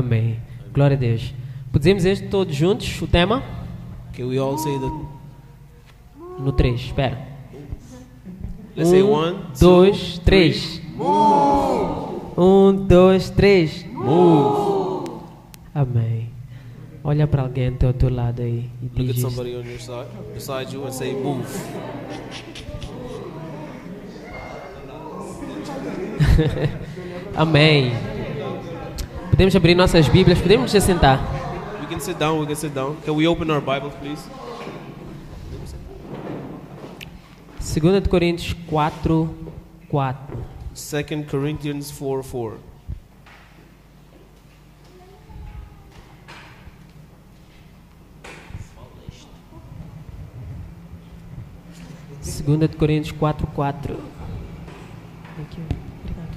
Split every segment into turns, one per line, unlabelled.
também. Glória a Deus. Podemos este todos juntos, o tema?
Can we all say that?
No 3, espera. Um,
Let's say one,
Oh, dois, três. Um, dois, três. Amém. Olha para alguém do teu lado aí e
Look at
diz isto.
somebody on your side, beside you, and say, "Move."
Amém. Podemos abrir nossas Bíblias, podemos nos sentar.
We can sit down. We can sit down. Can we open our Bibles, please?
2 de Coríntios 4, 4.
Second Corinthians four four.
Segunda de Coríntios 4, 4. Aqui, obrigado.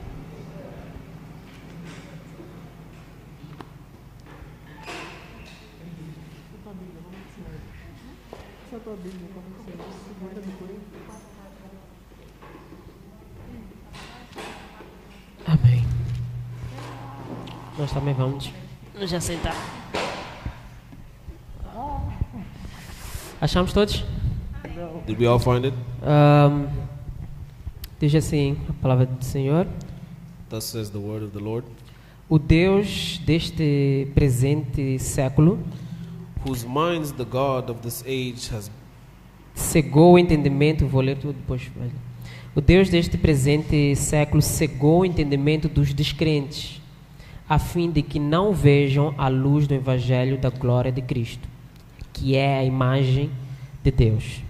Amém. Nós também vamos nos assentar. Achamos todos?
Did we all find it?
Ahm, diz assim a palavra do Senhor:
Thus says the word of the Lord,
O Deus deste presente século
whose minds the God of this age has
cegou o entendimento. Vou ler tudo depois. mas- O Deus deste presente século cegou o entendimento dos descrentes, a fim de que não vejam a luz do Evangelho da glória de Cristo, que é a imagem de Deus.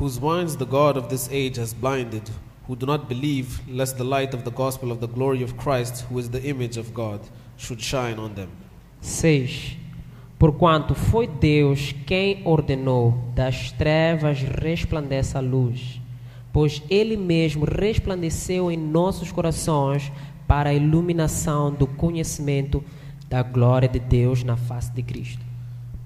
whose minds the God of this age has blinded, who do not believe, lest the light of the gospel of the glory of Christ, who is the image of God, should shine on them.
6. Porquanto foi Deus quem ordenou das trevas resplandeça a luz, pois Ele mesmo resplandeceu em nossos corações para a iluminação do conhecimento da glória de Deus na face de Cristo.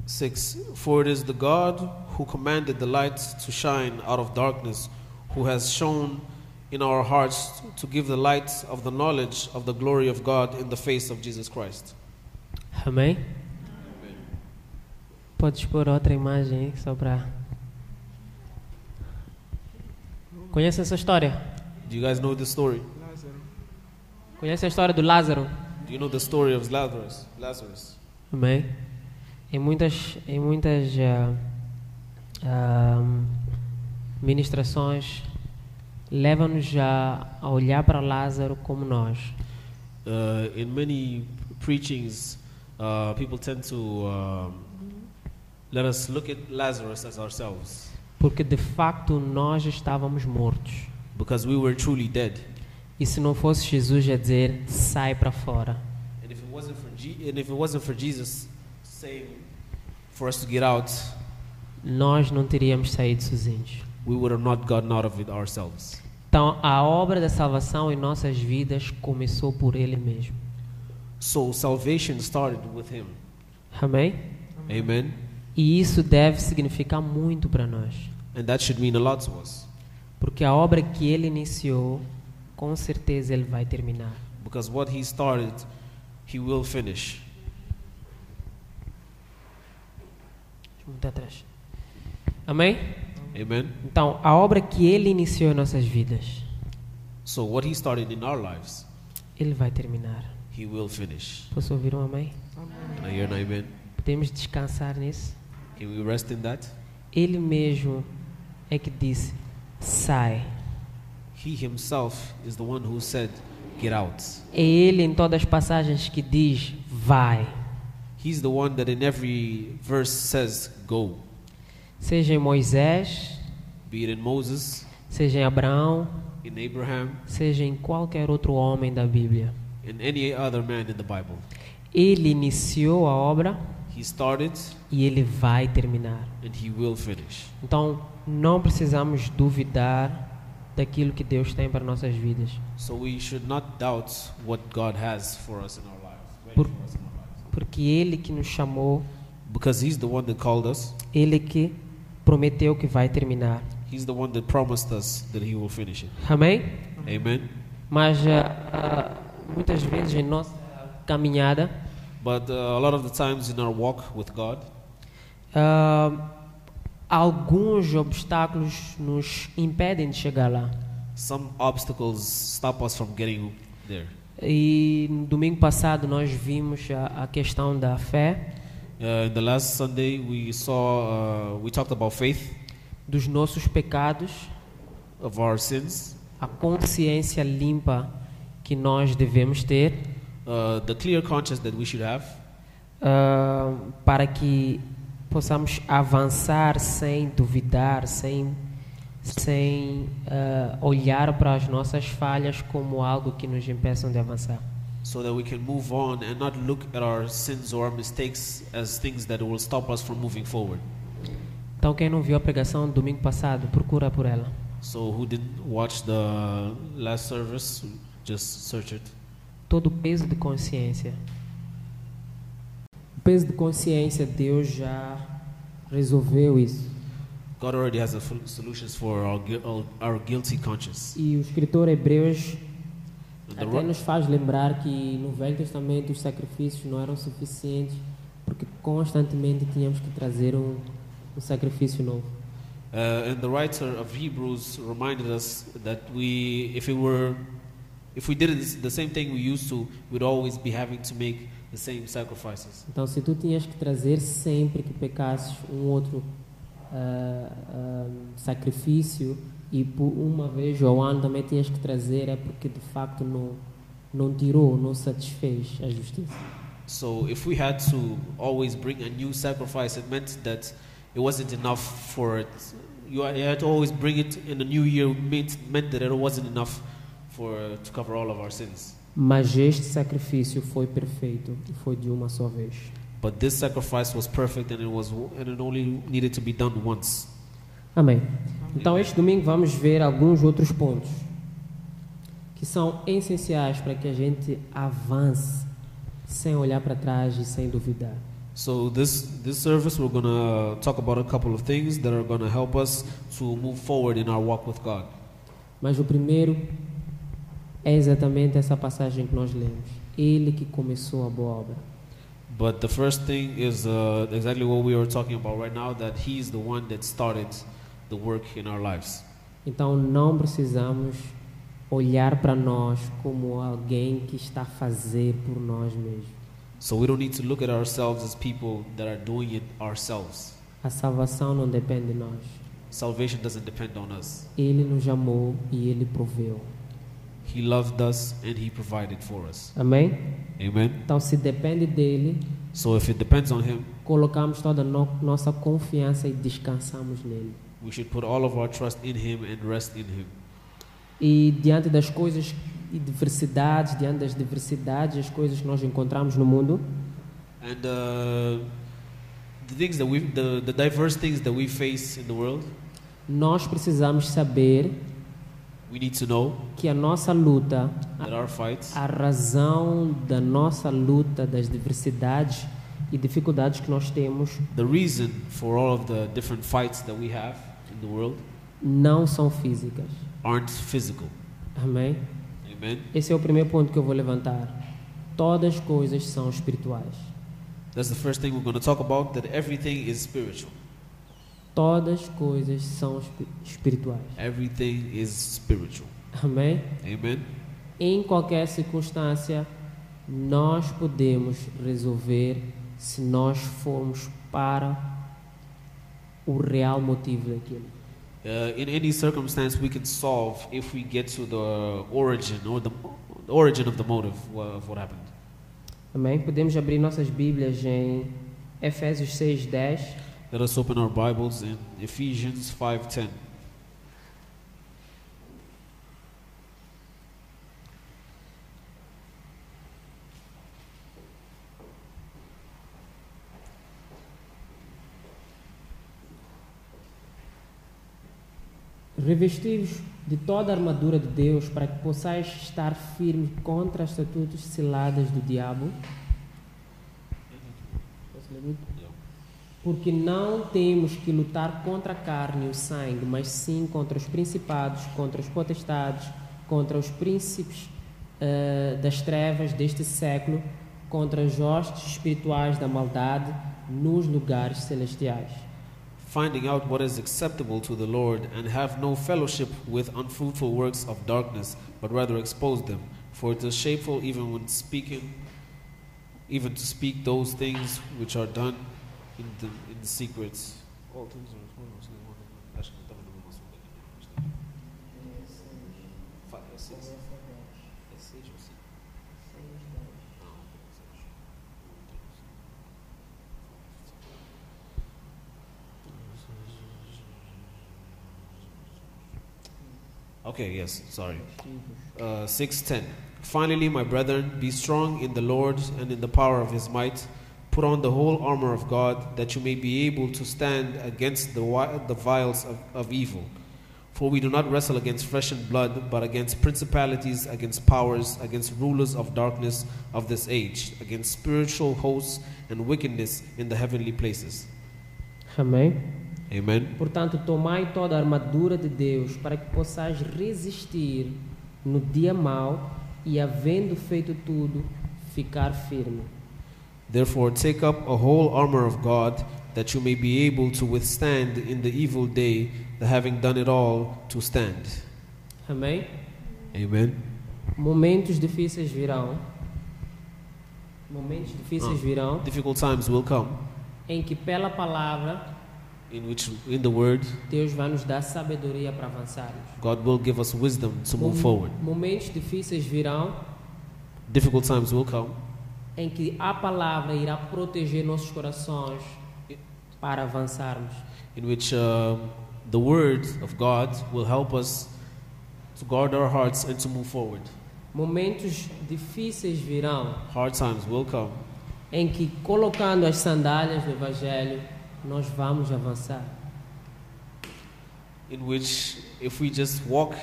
6. For it is the God who commanded the light to shine out of darkness, who has shown in our hearts to give the light of the knowledge of the glory of God in the face of Jesus Christ.
Amém? Podes pôr outra imagem aí, só para. Conhecem essa história?
Do you guys know this story?
Conhecem a história do Lázaro?
Do you know the story of Lazarus? Lazarus.
Amém. Em muitas, em muitas ah, ahm, ministrações leva-nos a, a olhar para Lázaro como nós.
Uh, in many preachings, uh, people tend to um, let us look at Lazarus as ourselves
Porque de facto nós estávamos mortos.
because we were truly dead.
E se não fosse Jesus a dizer, sai para fora.
And if it wasn't for Je- and if it wasn't for Jesus saying for us to get out,
Nós não teríamos saído sozinhos.
we would have not gotten out of it ourselves.
Então a obra da salvação em nossas vidas começou por Ele mesmo.
So salvation started with him.
Amém?
Amen.
E isso deve significar muito para nós.
And that should mean a lot to us
Porque a obra que ele iniciou, com certeza ele vai terminar.
because what he started, he will finish.
Deixa eu mudar atrás. Amém?
Amen.
Então, a obra que ele iniciou em nossas vidas,
So what he started in our lives,
ele vai terminar.
he will finish.
Posso ouvir um amém?
Can I hear an amen?
Podemos descansar nisso?
Can we rest in that?
Ele mesmo é que disse: sai.
He himself is the one who said, Get out.
É ele em todas as passagens que diz: vai.
He's the one that in every verse says, Go.
Seja em Moisés,
Be it in Moses,
seja em Abraão,
in Abraham,
seja em qualquer outro homem da Bíblia.
in any other man in the Bible.
Ele iniciou a obra
He started
e ele vai terminar.
and he will finish.
Então, não precisamos duvidar daquilo que Deus tem para nossas vidas,
So we should not doubt what God has for us in our lives. ready
Por-
for us in our lives.
porque ele que nos chamou,
Because he's the one that called us.
ele que prometeu que vai terminar.
He's the one that promised us that he will finish it.
Amém? eh,
Amen.
Mas ah, ah, muitas vezes em nossa caminhada
But uh, a lot of the times in our walk with God,
Ah, alguns obstáculos nos impedem de chegar lá.
some obstacles stop us from getting there.
E no domingo passado nós vimos a, a questão da fé,
Uh, in the last Sunday, we saw, uh, we talked about faith
dos nossos pecados,
of our sins,
a consciência limpa que nós devemos ter
uh, the clear conscience that we should have
ah, para que possamos avançar sem duvidar, sem, sem ah, olhar para as nossas falhas como algo que nos impeçam de avançar.
so that we can move on and not look at our sins or our mistakes as things that will stop us from moving forward.
Então, quem não viu a pregação do domingo passado, procura por ela.
So, who didn't watch the last service, just search it.
Todo o peso de consciência. O peso de consciência, Deus já resolveu isso.
God already has the full solutions for our, gui- our- our guilty conscience.
E o escritor Hebreus
And the
até
ro-
nos faz lembrar que no Velho Testamento os sacrifícios não eram suficientes porque constantemente tínhamos que trazer um, um sacrifício novo.
uh, and the writer of Hebrews reminded us that we, if it were, if we did it the same thing we used to, we'd always be having to make the same sacrifices.
Então, se tu tinhas que trazer sempre que pecasses um outro ah, ah, sacrifício e por uma vez ao ano também tinhas que trazer, é porque de facto não, não tirou, não satisfez a justiça.
So, if we had to always bring a new sacrifice, it meant that it wasn't enough for it. You you had to always bring it in a new year, meant, meant that it wasn't enough for to cover all of our sins.
Mas este sacrifício foi perfeito e foi de uma só vez.
But this sacrifice was perfect, and it was, and it only needed to be done once.
Amém. Então, este domingo vamos ver alguns outros pontos que são essenciais para que a gente avance sem olhar para trás e sem duvidar.
So this this service, we're gonna talk about a couple of things that are gonna help us to move forward in our walk with God.
Mas o primeiro é exatamente essa passagem que nós lemos. Ele que começou a boa obra.
But the first thing is uh, exactly what we are talking about right now. That He's the one that started the work in our lives.
Então não precisamos olhar para nós como alguém que está a fazer por nós mesmos.
So we don't need to look at ourselves as people that are doing it ourselves.
A salvação não depende de nós.
Salvation doesn't depend on us.
Ele nos amou e ele proveu.
He loved us and He provided for us.
Amém?
Amen.
Então, se depende dele,
So if it depends on Him,
colocamos toda a no- nossa confiança e descansamos nele.
we should put all of our trust in Him and rest in Him.
E diante das coisas e diversidades, diante das diversidades, as coisas que nós encontramos no mundo,
And uh, the things that we, the, the diverse things that we face in the world,
nós precisamos saber
we need to know
que a nossa luta,
that our fights,
a razão da nossa luta, das diversidades e dificuldades que nós temos,
the reason for all of the different fights that we have in the world,
não são físicas.
aren't physical.
Amém?
Amen.
Esse é o primeiro ponto que eu vou levantar. Todas as coisas são espirituais.
That's the first thing we're going to talk about. That everything is spiritual.
Todas as coisas são espi- espirituais.
Everything is spiritual.
Amém?
Amen.
Em qualquer circunstância, nós podemos resolver se nós formos para o real motivo daquilo.
Uh, in any circumstance, we can solve if we get to the origin or the, the origin of the motive of what happened.
Amém? Podemos abrir nossas Bíblias em Efésios 6:10.
Let us open our Bibles in Ephesians 5:10.
Revestivos de toda a armadura de Deus para que possais estar firmes contra as estatutos ciladas do diabo. Posso ler muito? Porque não temos que lutar contra a carne e o sangue, mas sim contra os principados, contra os potestades, contra os príncipes eh, das trevas deste século, contra os hostes espirituais da maldade nos lugares celestiais.
finding out what is acceptable to the Lord, and have no fellowship with unfruitful works of darkness, but rather expose them. For it is shameful even when speaking, even to speak those things which are done in the, in the secrets. Okay, yes, sorry. Uh, 6:10 Finally, my brethren, be strong in the Lord and in the power of his might. Put on the whole armor of God, that you may be able to stand against the, wi- the vials of, of evil. For we do not wrestle against flesh and blood, but against principalities, against powers, against rulers of darkness of this age, against spiritual hosts and wickedness in the heavenly places.
Amém.
Amen.
Portanto, tomai toda a armadura de Deus para que possais resistir no dia mau e, havendo feito tudo, ficar firme.
Therefore, take up a whole armor of God, that you may be able to withstand in the evil day, the having done it all, to stand.
Amém?
Amen.
Momentos difíceis virão. Momentos difíceis
Ah.
virão
Difficult times will come,
em que, pela palavra,
in which, in the Word,
Deus vai nos dar sabedoria para avançarmos.
God will give us wisdom to move
Mom-
forward.
Momentos difíceis virão
Difficult times will come,
em que a palavra irá proteger nossos corações para avançarmos.
in which um, the Word of God will help us to guard our hearts and to move forward.
Momentos difíceis virão
Hard times will come,
em que, colocando as sandálias do Evangelho, nós vamos avançar.
in which, if we just walk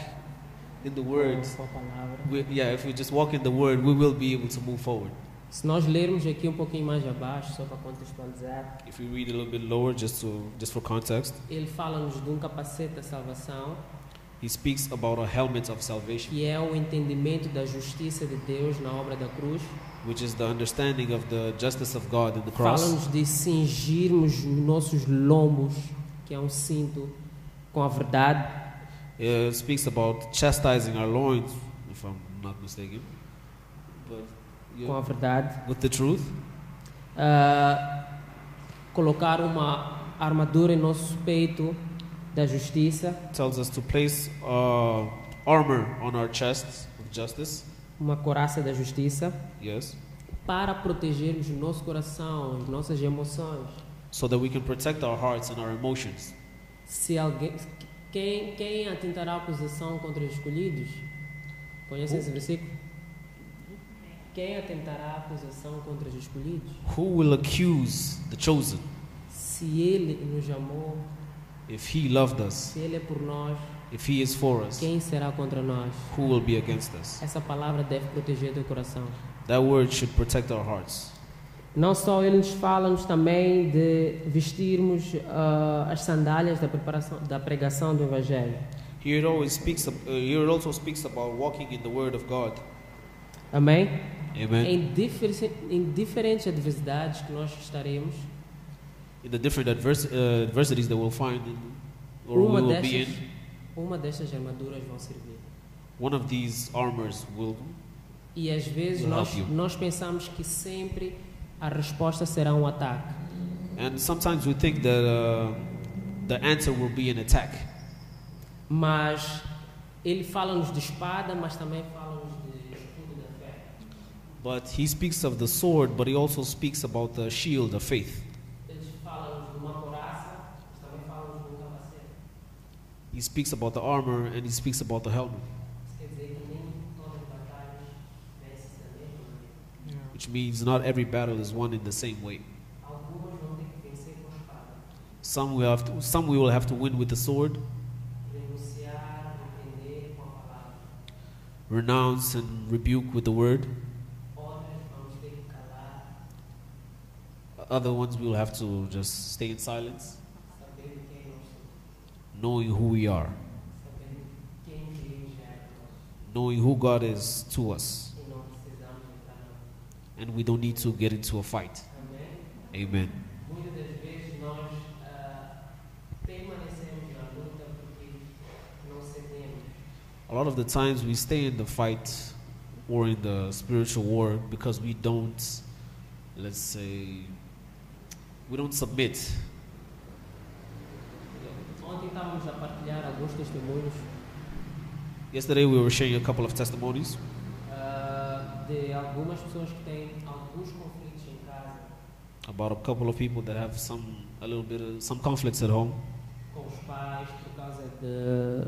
in the Word,
Com a palavra.
we, yeah, if we just walk in the Word, we will be able to move forward.
Se nós lermos aqui um pouquinho mais abaixo, só para contextualizar,
If we read a little bit lower, just to just for context,
ele fala-nos de um capacete da salvação,
he speaks about a helmet of salvation,
que é o entendimento da justiça de Deus na obra da cruz.
which is the understanding of the justice of God in the cross.
Fala-nos de cingirmos os nossos lombos, que é um cinto, com a verdade.
It uh, speaks about chastising our loins, if I'm not mistaken, but
Com a
yeah,
verdade.
with the truth,
Ah, colocar uma armadura em nosso peito da justiça,
tells us to place uh, armor on our chests of justice.
uma coraça da justiça,
Yes,
para protegermos o nosso coração, as nossas emoções.
so that we can protect our hearts and our emotions.
Se alguém, quem, quem atentará a acusação contra os escolhidos? Conhece esse versículo? Quem atentará a acusação contra os escolhidos?
Who will accuse the chosen?
Se Ele nos amou,
If he loved us,
se Ele é por nós,
if he is for us,
quem será contra nós?
who will be against us?
Essa palavra deve proteger teu coração.
That word should protect our hearts.
Não só ele nos fala-nos também de vestirmos ah, as sandálias da preparação, da pregação do Evangelho.
Here it always speaks. ab- uh, Here it also speaks about walking in the Word of God.
Amém?
Amen.
Em, difer- em diferentes adversidades que nós estaremos,
In the different advers- uh, adversities that we'll find, in, or
uma
we will be
destas,
in,
uma destas armaduras vão servir.
one of these armors will.
E às vezes
Will
nós,
help you.
nós pensamos que sempre a resposta será um ataque.
And sometimes we think that uh, the answer will be an attack.
Mas ele fala-nos de espada, mas também fala-nos de escudo da fé.
But he speaks of the sword, but he also speaks about the shield of faith.
Ele fala-nos de uma coraça, mas também fala-nos de um capacete.
He speaks about the armor and he speaks about the helmet,
Quer dizer que nem todas as batalhas vencem né? da mesma maneira.
which means not every battle is won in the same way.
Algumas vão ter que vencer com a espada,
Some we have to, some we will have to win with the sword,
renunciar, entender com a palavra.
renounce and rebuke with the word.
Outras vamos ter que calar,
Other ones we will have to just stay in silence,
sabendo quem nós somos,
knowing who we are,
sabendo quem Deus é para nós.
knowing who God is to us,
E não precisamos entrar na
and we don't need to get into a fight. Amen.
Muitas das vezes nós ah, permanecemos na luta porque não cedemos.
A lot of the times we stay in the fight or in the spiritual war because we don't, let's say, we don't submit.
Ontem estávamos a partilhar alguns testemunhos
Yesterday we were sharing a couple of testimonies
ah, de algumas pessoas que têm alguns conflitos em casa
about a couple of people that have some a little bit of some conflicts at home
com os pais por causa de,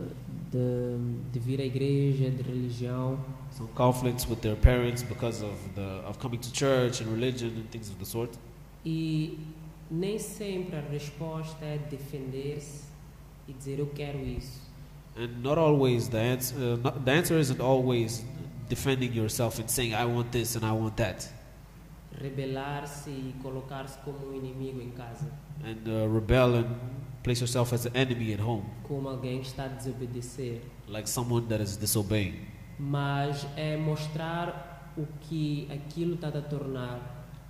de, de vir à igreja, de religião.
some conflicts with their parents because of the of coming to church and religion and things of the sort
E nem sempre a resposta é defender-se e dizer eu quero isso.
and not always the answer uh, not, the answer isn't always defending yourself and saying i want this and i want that
Rebelar-se e colocar-se como um inimigo em casa,
and uh, rebel and place yourself as an enemy at home
como alguém que está a desobedecer.
like someone that is disobeying
Mas é mostrar o que aquilo está a tornar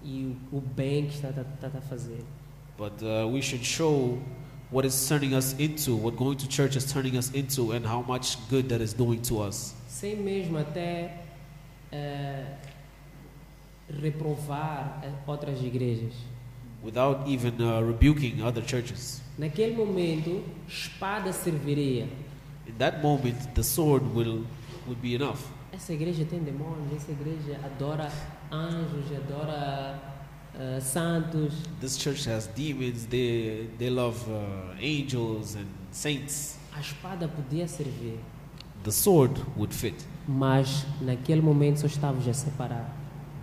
e o, o bem que está, está, está a fazer.
but uh, we should show what it's turning us into what going to church is turning us into and how much good that is doing to us
Sem mesmo até eh, reprovar eh, outras igrejas.
without even uh, rebuking other churches
Naquele momento, espada serviria.
in that moment the sword will would be enough
Essa igreja tem demônios, essa igreja adora anjos, adora ah, santos.
this church has demons they they love uh, angels and saints
A espada podia servir,
the sword would fit
mas naquele momento só estavas a separar.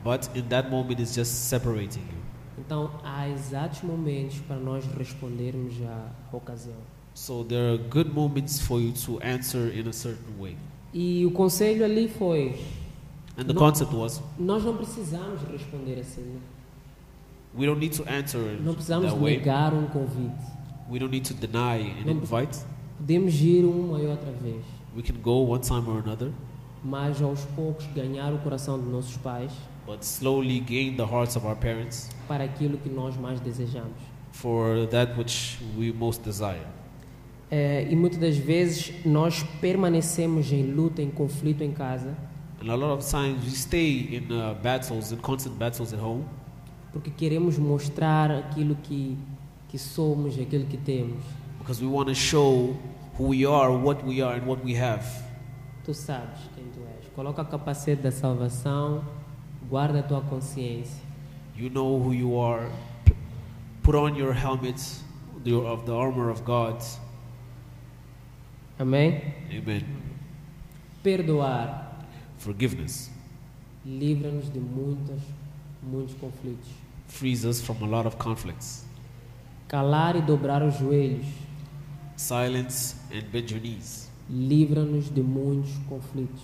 but in that moment it's just separating you
Então há exatos momentos para nós respondermos à ocasião.
so there are good moments for you to answer in a certain way
E o conselho ali foi:
and the
No.
concept was
nós não precisamos responder assim, né?
we don't need to answer in
não precisamos
that way
negar um convite.
we don't need to deny and
No.
invite
Podemos ir uma e outra vez,
we can go one time or another
mas aos poucos ganhar o coração de nossos pais
but slowly gain the hearts of our parents
para aquilo que nós mais desejamos.
for that which we most desire
É, e muitas das vezes nós permanecemos em luta, em conflito em casa,
And a lot of times we stay in uh, battles, in constant battles at home,
porque queremos mostrar aquilo que, que somos, aquilo que temos.
because we want to show who we are, what we are, and what we have.
Tu sabes quem tu és. Coloca o capacete da salvação, guarda a tua consciência.
You know who you are. P- Put on your helmet the, of the armor of God.
Amém?
Amen.
Perdoar
Forgiveness
livra-nos de muitos, muitos conflitos.
frees us from a lot of conflicts.
Calar e dobrar os joelhos
Silence and bend your knees
livra-nos de muitos conflitos.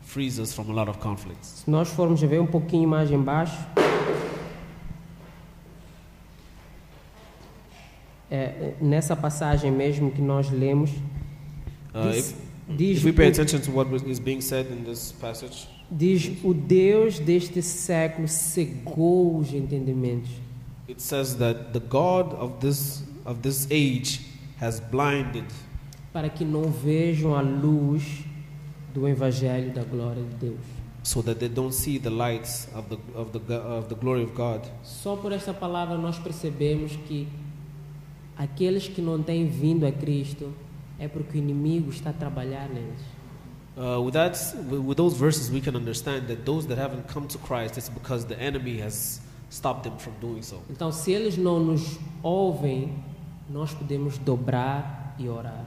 frees us from a lot of conflicts.
Se nós formos ver um pouquinho mais embaixo, é, nessa passagem mesmo que nós lemos,
Uh,
diz,
if,
diz
if we pay
o,
attention to what is being said in this passage,
diz o Deus deste século cegou os entendimentos
it says that the God of this of this age has blinded
para que não vejam a luz do Evangelho da glória de Deus.
so that they don't see the lights of the of the go- of the glory of God.
Só por esta palavra nós percebemos que aqueles que não têm vindo a Cristo é porque o inimigo está a trabalhar neles.
Uh, with that, with, with those verses, we can understand that those that haven't come to Christ, it's because the enemy has stopped them from doing so.
Então, se eles não nos ouvem, nós podemos dobrar e orar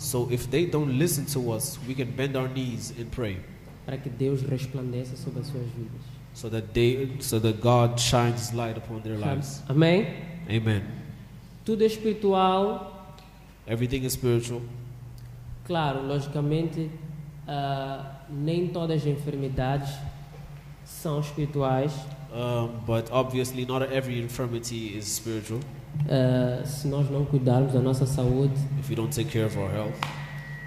So if they don't listen to us, we can bend our knees and pray,
para que Deus resplandeça sobre as suas vidas.
so that they, so that God shines His light upon their lives.
Amém?
Amen.
Tudo é espiritual,
Everything is spiritual.
claro, logicamente, ah, nem todas as enfermidades são espirituais.
Um, but obviously, not every infirmity is spiritual
Ah, se nós não cuidarmos da nossa saúde,
if we don't take care of our health,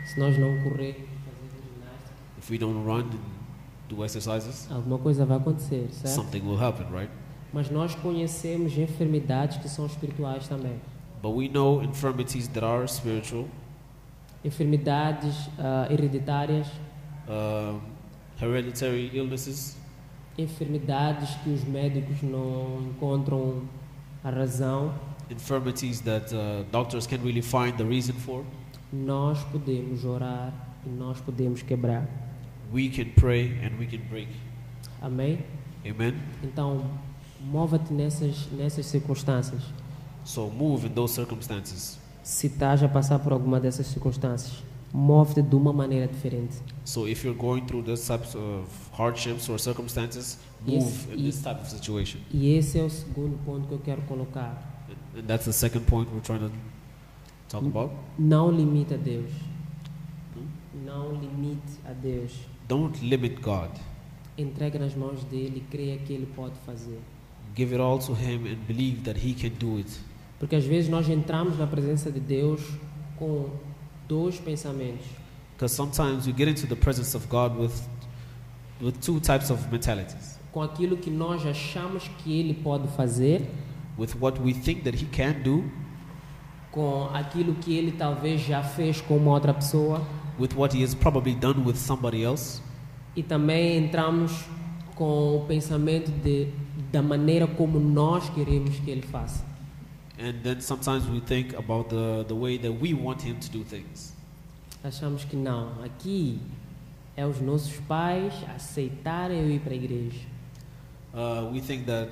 se nós não correr, fazer ginástica,
if we don't run and do exercises,
alguma coisa vai acontecer, certo?
something will happen, right?
Mas nós conhecemos enfermidades que são espirituais também.
But we know infirmities that are spiritual,
Enfermidades ah, hereditárias,
um, hereditary illnesses,
enfermidades que os médicos não encontram a razão,
infirmities that uh, doctors can really find the reason for.
nós podemos orar e nós podemos quebrar.
We can pray and we can break.
Amém?
Amen.
Então, mova-te nessas, nessas circunstâncias.
So move in those circumstances.
Se estás a passar por alguma dessas circunstâncias, move-te de uma maneira diferente.
So if you're going through those types of hardships or circumstances, move
Yes,
in this type of situation.
E esse é o segundo ponto que eu quero colocar.
And, and that's the second point we're trying to talk
Mm.
about.
Não limita Deus. Não limite a Deus.
Don't limit God.
Entregue nas mãos dele e creia que ele pode fazer.
Give it all to Him and believe that He can do it.
Porque às vezes nós entramos na presença de Deus com dois pensamentos.
Because sometimes we get into the presence of God with, with two types of mentalities
Com aquilo que nós achamos que ele pode fazer,
with what we think that He can do,
com aquilo que ele talvez já fez com uma outra pessoa.
with what He has probably done with somebody else,
E também entramos com o pensamento de, da maneira como nós queremos que ele faça.
and then sometimes we think about the, the way that we want Him to do things.
Achamos que não. Aqui é os nossos pais aceitarem eu ir para a igreja.
Uh, we think that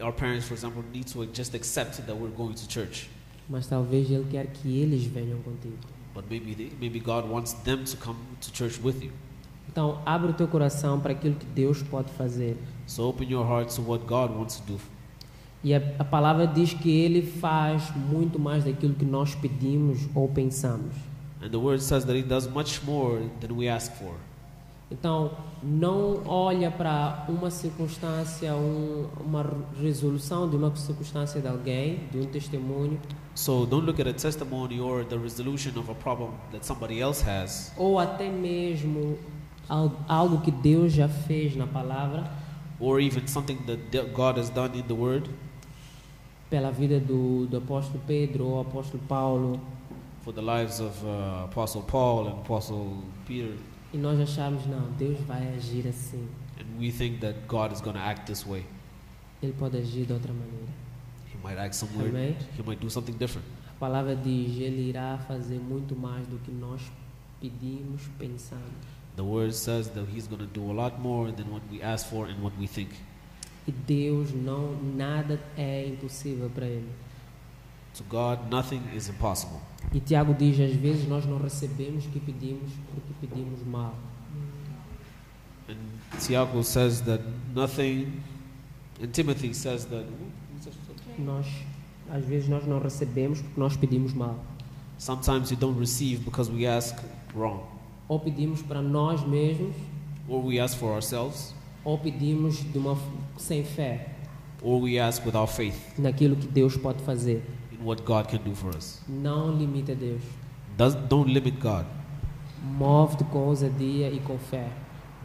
our parents, for example, need to just accept that we're going to church,
Mas talvez ele quer que eles venham contigo.
but maybe they, maybe God wants them to come to church with you.
Então, abre o teu coração para aquilo que Deus pode fazer.
So open your heart to what God wants to do.
E a, a palavra diz que ele faz muito mais daquilo que nós pedimos ou pensamos.
And the word says that He does much more than we ask for.
Então, não olha para uma circunstância, um, uma resolução de uma circunstância de alguém, de um testemunho,
So don't look at a testimony or the resolution of a problem that somebody else has,
ou até mesmo al- algo que Deus já fez na palavra
or even something that de- God has done in the Word
pela vida do, do apóstolo Pedro ou apóstolo Paulo
for the lives of uh, Apostle Paul and Apostle Peter.
e nós acharmos não, Deus vai agir assim.
And we think that God is going to act this way.
Ele pode agir de outra maneira.
He might act somewhere.
Amém?
He might do something different.
A palavra diz, ele irá fazer muito mais do que nós pedimos, pensamos.
The Word says that He's going to do a lot more than what we ask for and what we think.
E Deus não nada é impossível para ele.
To God, nothing is impossible.
E Tiago diz, às vezes nós não recebemos o que pedimos porque pedimos mal.
And Tiago says that nothing, and Timothy says that
Nós às vezes nós não recebemos porque nós pedimos mal.
sometimes you don't receive because we ask wrong.
Ou pedimos para nós mesmos,
or we ask for ourselves,
ou pedimos de uma f- sem fé
or we ask without faith
naquilo que Deus pode fazer.
in what God can do for us.
Não limita Deus.
Does, don't limit God.
Move-te com ousadia e com fé,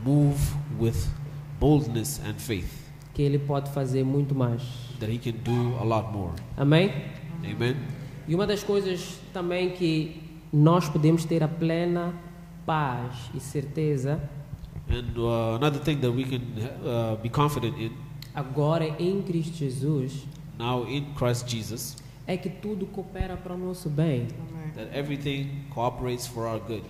Move with boldness and faith
que ele pode fazer muito mais.
that He can do a lot more.
Amém?
Amen.
E uma das coisas também que nós podemos ter a plena paz e certeza
And uh, another thing that we can uh, be confident in
agora em Cristo Jesus
now in Christ Jesus
é que tudo coopera para o nosso bem.
that everything cooperates for our good.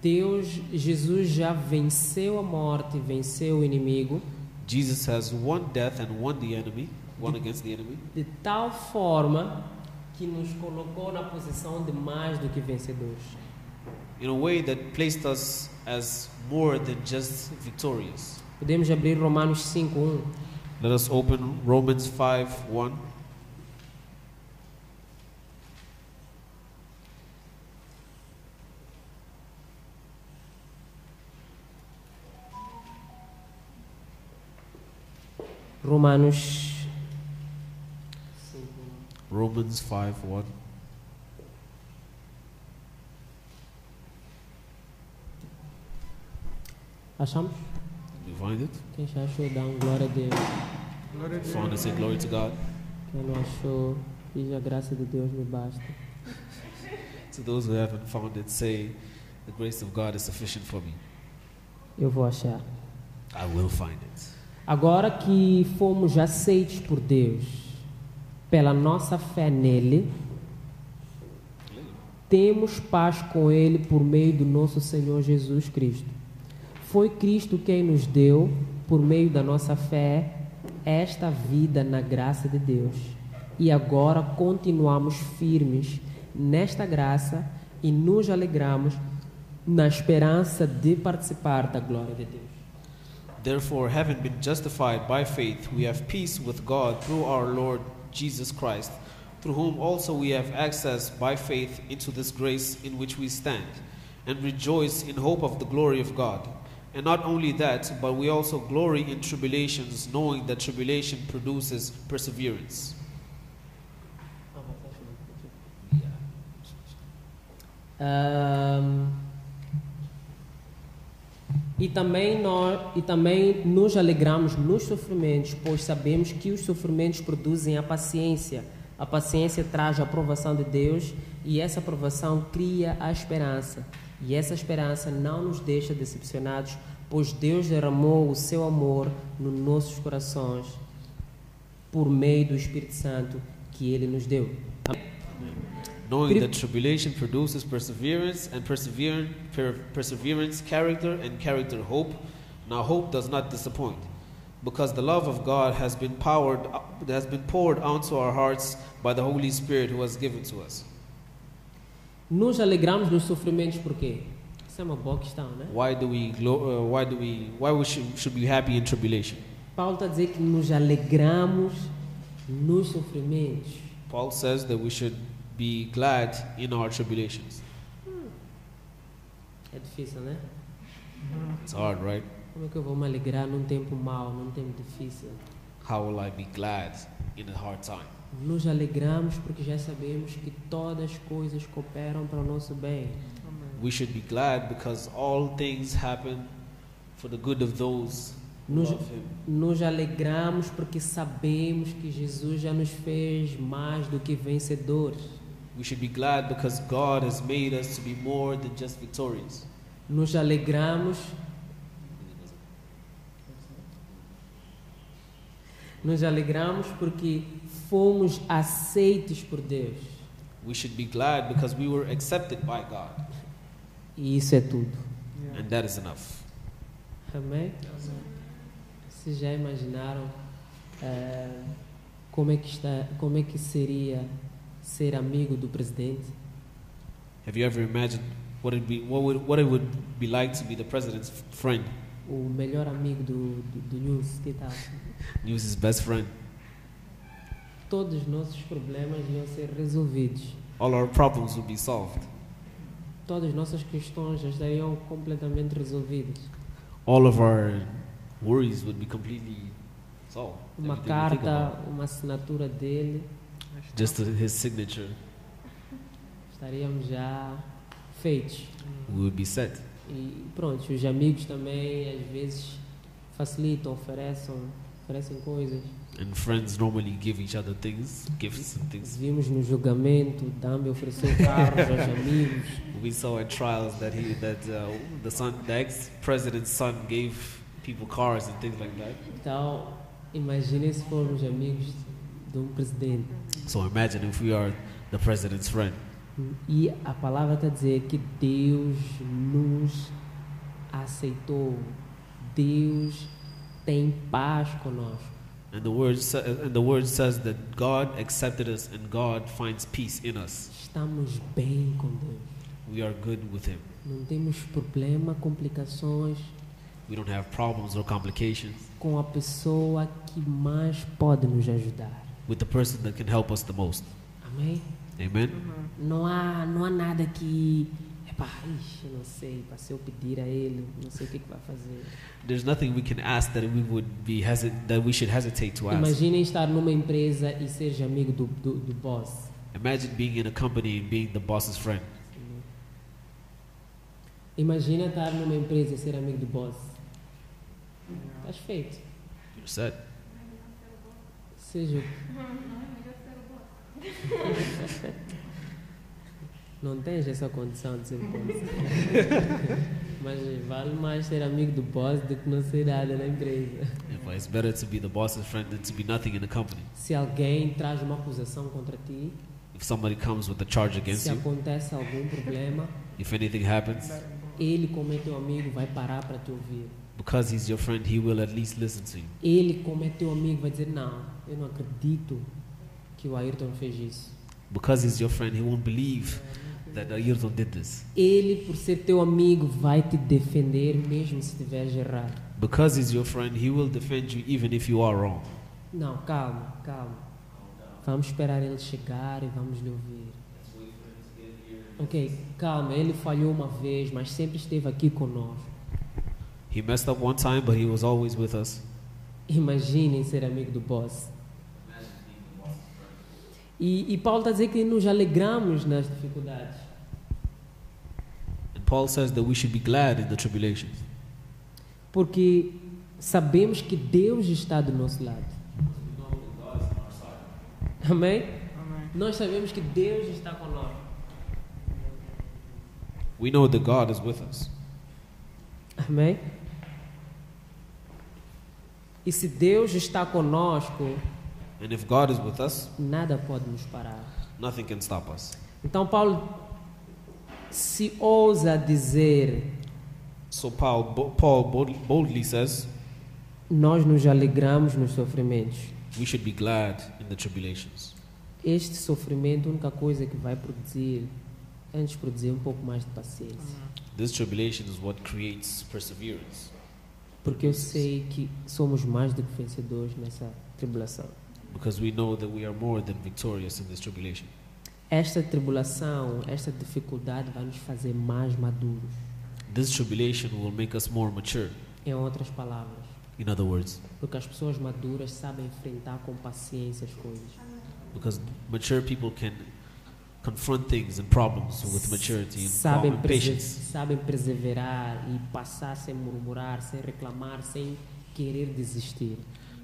Deus, Jesus já venceu a morte, venceu o inimigo,
Jesus has won death and won the enemy, won against the enemy,
de tal forma que nos colocou na posição de mais do que vencedores.
in a way that placed us as more than just victorious.
Podemos abrir Romanos 5:1.
Let us open Romans 5 1.
Romanos
Romans 5 1.
Achamos?
find it?
Quem já achou, dá um glória a Deus.
You found it, say glory to God.
Quem não achou, diz a graça de Deus me basta.
To those who haven't found it, say the grace of God is sufficient for me.
Eu vou achar.
I will find it.
Agora que fomos aceitos por Deus, pela nossa fé nele, temos paz com ele por meio do nosso Senhor Jesus Cristo. Foi Cristo quem nos deu, por meio da nossa fé, esta vida na graça de Deus. E agora continuamos firmes nesta graça e nos alegramos na esperança de participar da glória de Deus.
Therefore, having been justified by faith, we have peace with God through our Lord Jesus Christ, through whom also we have access by faith into this grace in which we stand, and rejoice in hope of the glory of God. And not only that, but we also glory in tribulations, knowing that tribulation produces perseverance.
Ahm, e, também nós, e também nos alegramos nos sofrimentos, pois sabemos que os sofrimentos produzem a paciência. A paciência traz a aprovação de Deus e essa aprovação cria a esperança. E essa esperança não nos deixa decepcionados, pois Deus derramou o seu amor nos nossos corações por meio do Espírito Santo que ele nos deu. Amém.
Knowing
Pri-
that tribulation produces perseverance, and perseverance, per- perseverance character, and character hope. Now hope does not disappoint, because the love of God has been powered, has been poured onto our hearts by the Holy Spirit who was given to us.
Nos alegramos nos sofrimentos por quê? Isso é uma boa questão, né?
Why do we? Glo- uh, why do we? Why we should, should be happy in tribulation?
Paulo está a dizer que nos alegramos nos sofrimentos.
Paul says that we should be glad in our tribulations.
É difícil, né?
It's hard, right?
Como é que eu vou me alegrar num tempo mau, num tempo difícil?
How will I be glad in a hard time?
Nos alegramos porque já sabemos que todas as coisas cooperam para o nosso bem.
We should be glad because all things happen for the good of those who
Nos,
love Him.
nos alegramos porque sabemos que Jesus já nos fez mais do que vencedores.
We should be glad because God has made us to be more than just victorious.
Nos alegramos. Nos alegramos porque fomos aceitos por Deus.
We should be glad because we were accepted by God,
E isso é tudo.
and that is enough.
Amém? Vocês já imaginaram eh, como, é que está, como é que seria ser amigo do presidente?
Have you ever imagined what it be, what would, what it would be like to be the president's friend?
O melhor amigo do, do, do News, que tal?
News his best friend.
Todos os nossos problemas iam ser resolvidos.
All our problems would be solved.
Todas as nossas questões já estariam completamente resolvidas.
All of our worries would be completely solved.
Uma
Everything we think about.
carta, uma assinatura dele,
Just his signature
estaríamos já feitos.
would be set.
E pronto, os amigos também às vezes facilitam, oferecem, oferecem coisas.
And friends normally give each other things, gifts and things.
Vimos no julgamento, Dambi ofereceu carros aos amigos.
We saw at trials that he that uh, the son, the ex president's son, gave people cars and things like that.
Então, imagine se formos amigos de um presidente.
So imagine if we are the president's friend.
E a palavra está dizer que Deus nos aceitou. Deus tem paz conosco.
And the word sa- and the word says that God accepted us and God finds peace in us.
Estamos bem com Deus.
We are good with Him.
Não temos problema, complicações
We don't have problems or complications
com a pessoa que mais pode nos ajudar.
with the person that can help us the most.
Amém?
Amen.
Não há, não há nada que. Epá, ixi, eu não sei. pá, Se eu pedir a ele, não sei o que, que vai fazer.
There's nothing we can ask that we would be hesit- that we should hesitate to ask.
Imaginem estar numa empresa e ser amigo do, do, do boss.
Imagine being in a company and being the boss's friend.
Imagina estar numa empresa e ser amigo do boss. Estás Tá feito.
You're set.
Seja. Não tens essa condição de ser boss. Mas vale mais ser amigo do boss do que não ser nada na empresa.
If it's better to be the boss's friend than to be nothing in the company.
Se alguém traz uma acusação contra ti,
If somebody comes with a charge against
se
you,
acontece algum problema,
if anything happens,
ele, como é teu amigo, vai parar para te ouvir.
because he's your friend, he will at least listen to you.
Ele, como é teu amigo, vai dizer: Não, eu não acredito que o Ayrton fez isso.
Because he's your friend, he won't believe that Ayrton did this.
Ele, por ser teu amigo, vai te defender mesmo se tiveres errado.
Because he's your friend, he will defend you even if you are wrong.
Não, calma, calma. Vamos esperar ele chegar e vamos lhe ouvir. Ok, calma, ele falhou uma vez, mas sempre esteve aqui conosco.
He messed up one time, but he was always with us.
Imaginem ser amigo do boss. E, e Paulo está dizendo que nos alegramos nas dificuldades.
And Paul says that we should be glad in the tribulations
Porque sabemos que Deus está do nosso lado. Amém? Nós sabemos que Deus está conosco.
We know that God is with us.
Amém? E se Deus está conosco,
And if God is with us,
nada pode nos parar.
nothing can stop us.
Então, Paulo se ousa dizer:
So Paul, bo- Paul bold- boldly says,
Nós nos alegramos nos sofrimentos.
we should be glad in the tribulations.
Este sofrimento, é a única coisa que vai produzir, antes produzir um pouco mais de paciência.
This tribulation is what creates perseverance
Porque eu sei que somos mais do que vencedores nessa tribulação.
because we know that we are more than victorious in this tribulation.
Esta tribulação, esta dificuldade vai nos fazer mais maduros.
This tribulation will make us more mature.
Em outras palavras,
In other words,
Porque as pessoas maduras sabem enfrentar com paciência as coisas.
because mature people can confront things and problems with maturity and,
sabem,
and
perse-
patience.
sabem perseverar e passar sem murmurar, sem reclamar, sem querer desistir.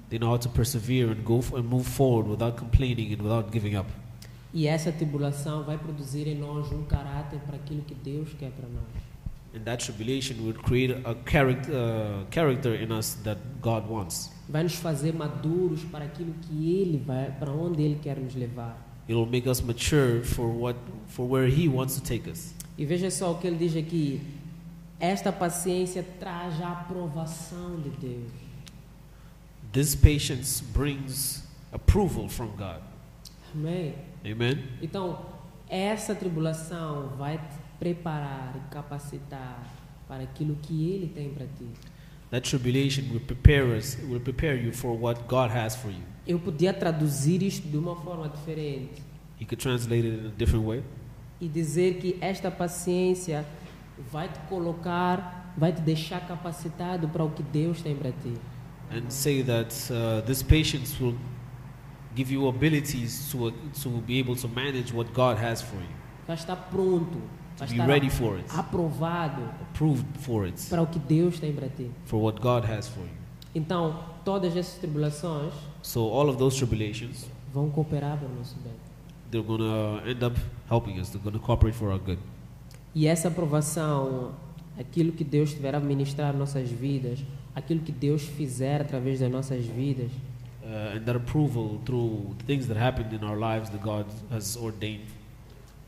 They know how to persevere and go f- and move forward without complaining and without giving up.
E essa tribulação vai produzir em nós um caráter para aquilo que Deus quer para nós.
And that tribulation would create a character, uh, character in us that God wants.
Vai nos fazer maduros para aquilo que Ele vai, para onde Ele quer nos levar.
It will make us mature for what, for where He wants to take us.
E veja só o que ele diz aqui. Esta paciência traz a aprovação de Deus.
This patience brings approval from God.
Amém?
Amen.
Então, essa tribulação vai te preparar e capacitar para aquilo que Ele tem para ti.
That tribulation will prepare us, will prepare you for what God has for you.
Eu podia traduzir isto de uma forma diferente
You could translate it in a different way.
e dizer que esta paciência vai te colocar, vai te deixar capacitado para o que Deus tem para ti.
and say that uh, this patience will give you abilities to, uh, to be able to manage what God has for you,
Vai estar pronto, vai
to be
estar
ready for it,
aprovado
approved for it,
para o que Deus tem para ti.
for what God has for you.
Então, todas essas tribulações
So all of those tribulations,
vão cooperar para o nosso bem.
they're gonna end up helping us. They're gonna cooperate for our good.
E essa aprovação, aquilo que Deus tiver a ministrar em nossas vidas, aquilo que Deus fizer através das nossas vidas,
Uh, and that approval through things that happened in our lives that God has ordained,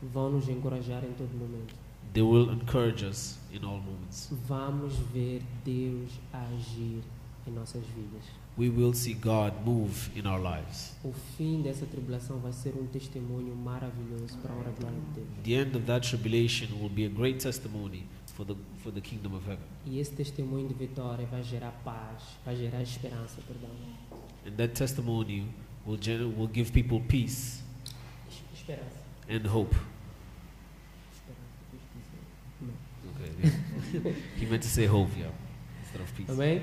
vão nos encorajar em todo momento.
they will encourage us in all moments.
Vamos ver Deus agir em nossas vidas.
We will see God move in our lives.
O fim dessa tribulação vai ser um testemunho maravilhoso para a honra e glória de Deus.
The end of that tribulation will be a great testimony for the, for the kingdom of heaven.
E esse testemunho de vitória vai gerar paz, vai gerar esperança, perdão.
And that testimony will, gen- will give people peace
Es- Esperança.
and hope. Okay, yeah. he meant to say hope, yeah, instead of peace.
Amém?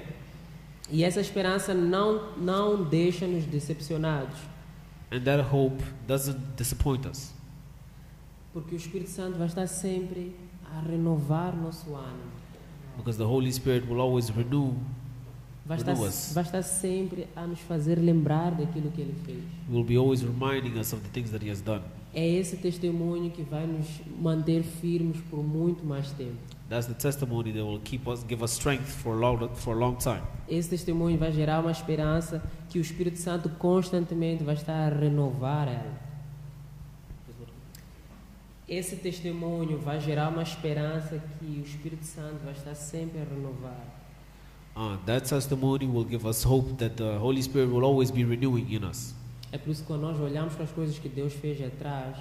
E essa esperança não, não deixa-nos decepcionados.
And that hope doesn't disappoint us
Porque o Espírito Santo vai estar sempre a renovar nosso ânimo.
because the Holy Spirit will always renew
vai estar,
Renewals.
vai estar sempre a nos fazer lembrar daquilo que ele fez.
He will be always reminding us of the things that He has done.
É esse testemunho que vai nos manter firmes por muito mais tempo.
That's the testimony that will keep us, give us strength for a long, for a long time.
Esse testemunho vai gerar uma esperança que o Espírito Santo constantemente vai estar a renovar ela. Esse testemunho vai gerar uma esperança que o Espírito Santo vai estar sempre a renovar.
Uh, that testimony will give us hope that the Holy Spirit will always be renewing in us,
É por isso que quando nós olhamos para as coisas que Deus fez atrás,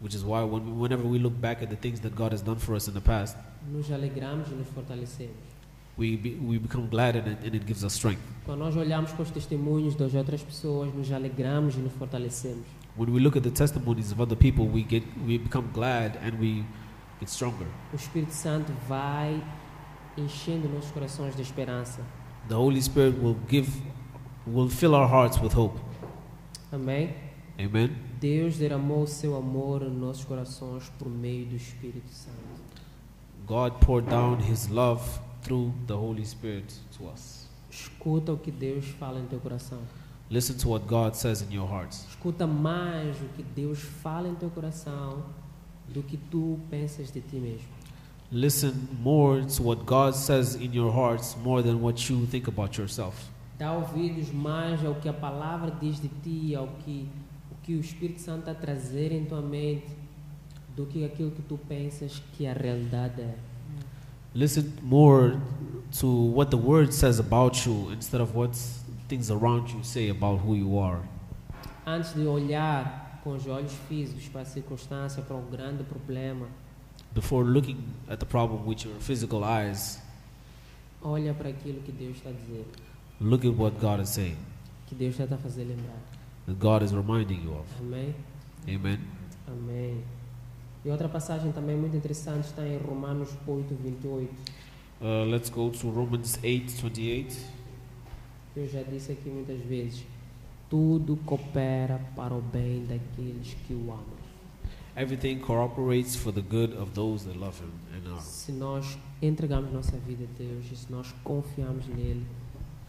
which is why when, whenever we look back at the things that God has done for us in the past,
nos alegramos e nos fortalecemos.
we, be, we become glad and it, and it gives us strength.
Quando nós olhamos para os testemunhos das outras pessoas, nos alegramos e nos fortalecemos.
When we look at the testimonies of other people, we, get, we become glad and we get stronger.
O Espírito Santo vai enchendo nossos corações de esperança.
The Holy Spirit will give, will fill our hearts with hope.
Amém?
Amen.
Deus derramou o seu amor em nossos corações por meio do Espírito Santo.
God poured down His love through the Holy Spirit to us.
Escuta o que Deus fala em teu coração.
Listen to what God says in your hearts.
Escuta mais o que Deus fala em teu coração do que tu pensas de ti mesmo.
Listen more to what God says in your hearts more than what you think about yourself.
Dá ouvidos mais ao que a palavra diz de ti, ao que o que o Espírito Santo está a trazer em tua mente, do que aquilo que tu pensas que a realidade é.
Listen more to what the Word says about you instead of what things around you say about who you are.
Antes de olhar com os olhos físicos para a circunstância, para o grande problema,
Before looking at the problem with your physical eyes,
olha para aquilo que Deus está a dizer,
look at what God is saying,
que Deus já está a fazer lembrar.
that God is reminding you of.
Amém?
Amen.
Amém. E outra passagem também muito interessante está em Romanos 8, 28.
Uh, let's go to Romans 8 28.
que eu já disse aqui muitas vezes, tudo coopera para o bem daqueles que o amam.
Everything cooperates for the good of those that love Him and are.
Se nós entregamos nossa vida a Deus e se nós confiarmos nele,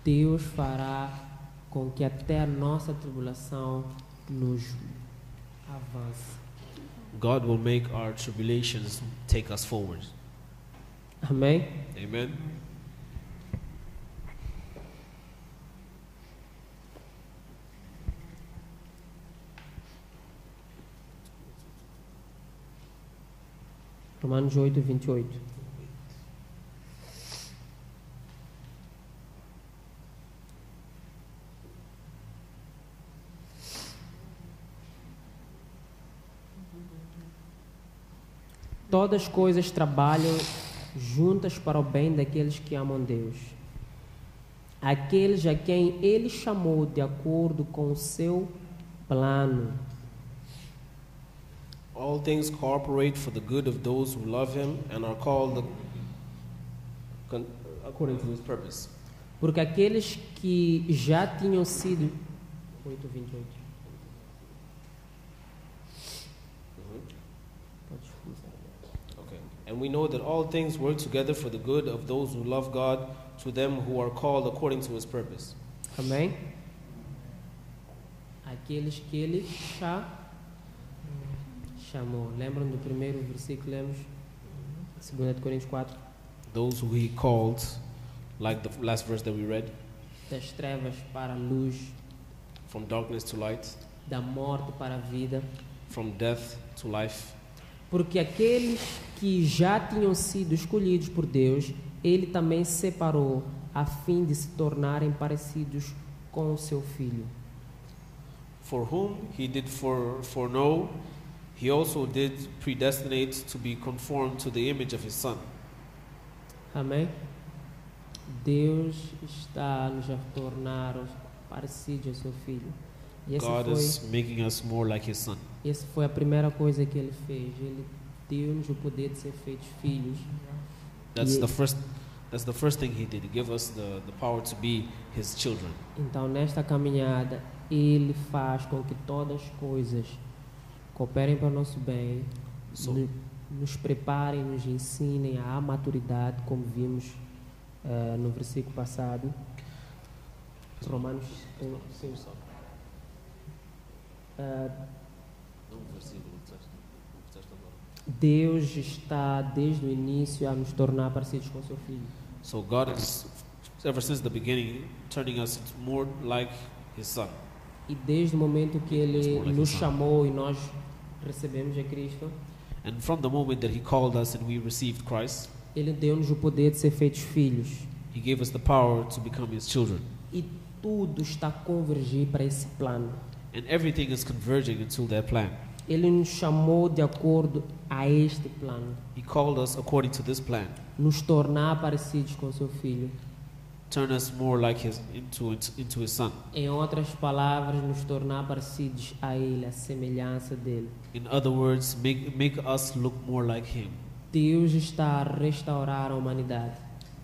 Deus fará com que até a nossa tribulação nos avance.
God will make our tribulations take us forward.
Amém?
Amen.
Romanos 8, 28. Todas as coisas trabalham juntas para o bem daqueles que amam Deus. Aqueles a quem Ele chamou de acordo com o seu plano.
All things cooperate for the good of those who love Him and are called the, con, according to His purpose.
Porque aqueles que já tinham sido. 8, 28. Pode começar.
Mm-hmm. Okay. And we know that all things work together for the good of those who love God, to them who are called according to His purpose.
Amém? Aqueles que ele já chamou. Lembram do primeiro versículo? Lemos? 2 de Coríntios 4.
Those who He called, like the last verse that we read,
Das trevas para a luz,
from darkness to light,
da morte para a vida.
from death to life.
Porque aqueles que já tinham sido escolhidos por Deus, ele também separou a fim de se tornarem parecidos com o seu filho.
For whom he did for, foreknow, he also did predestinate to be conformed to the image of his Son.
Amém? Deus está a nos a tornar parecidos ao seu filho. E essa
God
foi,
is making us more like his Son.
essa foi a primeira coisa que ele fez. Ele deu-nos o poder de ser feitos filhos.
That's
Yeah.
the first. That's the first thing he did. He gave us the, the power to be his children.
Então, nesta caminhada, ele faz com que todas as coisas cooperem para o nosso bem,
So-
no- nos preparem, nos ensinem à maturidade, como vimos eh, no versículo passado. Romanos 5, só. Ah, Deus está desde o início a nos tornar parecidos com seu filho.
So God is, ever since the beginning, turning us into more like His Son.
E desde o momento que ele
It's more like
nos
a son.
chamou e nós recebemos a Cristo,
And from the moment that He called us and we received Christ,
ele deu-nos o poder de ser feitos filhos.
He gave us the power to become His children.
E tudo está a convergir para esse plano.
And everything is converging into that plan.
Ele nos chamou de acordo a este plano,
He called us according to this plan,
nos tornar parecidos com seu filho.
turn us more like His into into His Son.
Em outras palavras, nos tornar parecidos a ele, a semelhança dele.
In other words, make make us look more like Him.
Deus está a restaurar a humanidade.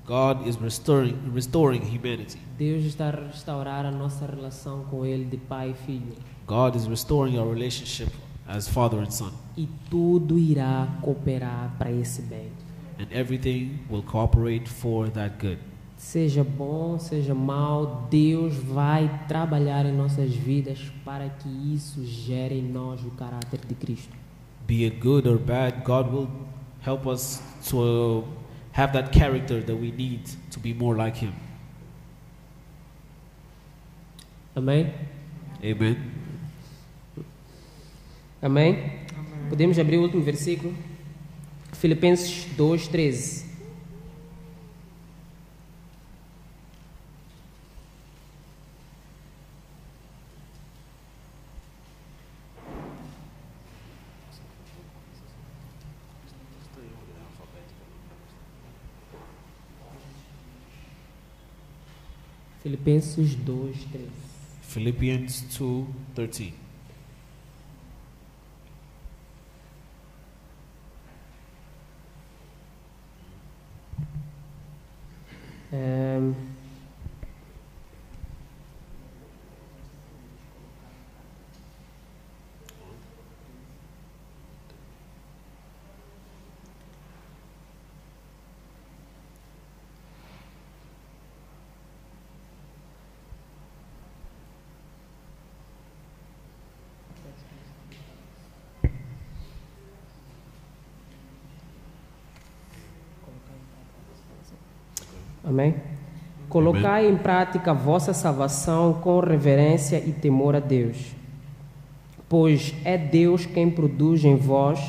God is restoring restoring humanity.
Deus está a restaurar a nossa relação com Ele de pai e filho.
God is restoring our relationship as father and son,
E tudo irá cooperar para esse bem.
and everything will cooperate for that good.
Seja bom, seja mal, Deus vai trabalhar em nossas vidas para que isso gere em nós o caráter de Cristo.
Be it good or bad, God will help us to uh, have that character that we need to be more like Him.
Amém?
Amen.
Amém? Podemos abrir o último versículo? Filipenses 2:13. Filipenses 2:13.
Philippians two thirteen.
Ehm, Amém? Colocai em prática a vossa salvação com reverência e temor a Deus, pois é Deus quem produz em vós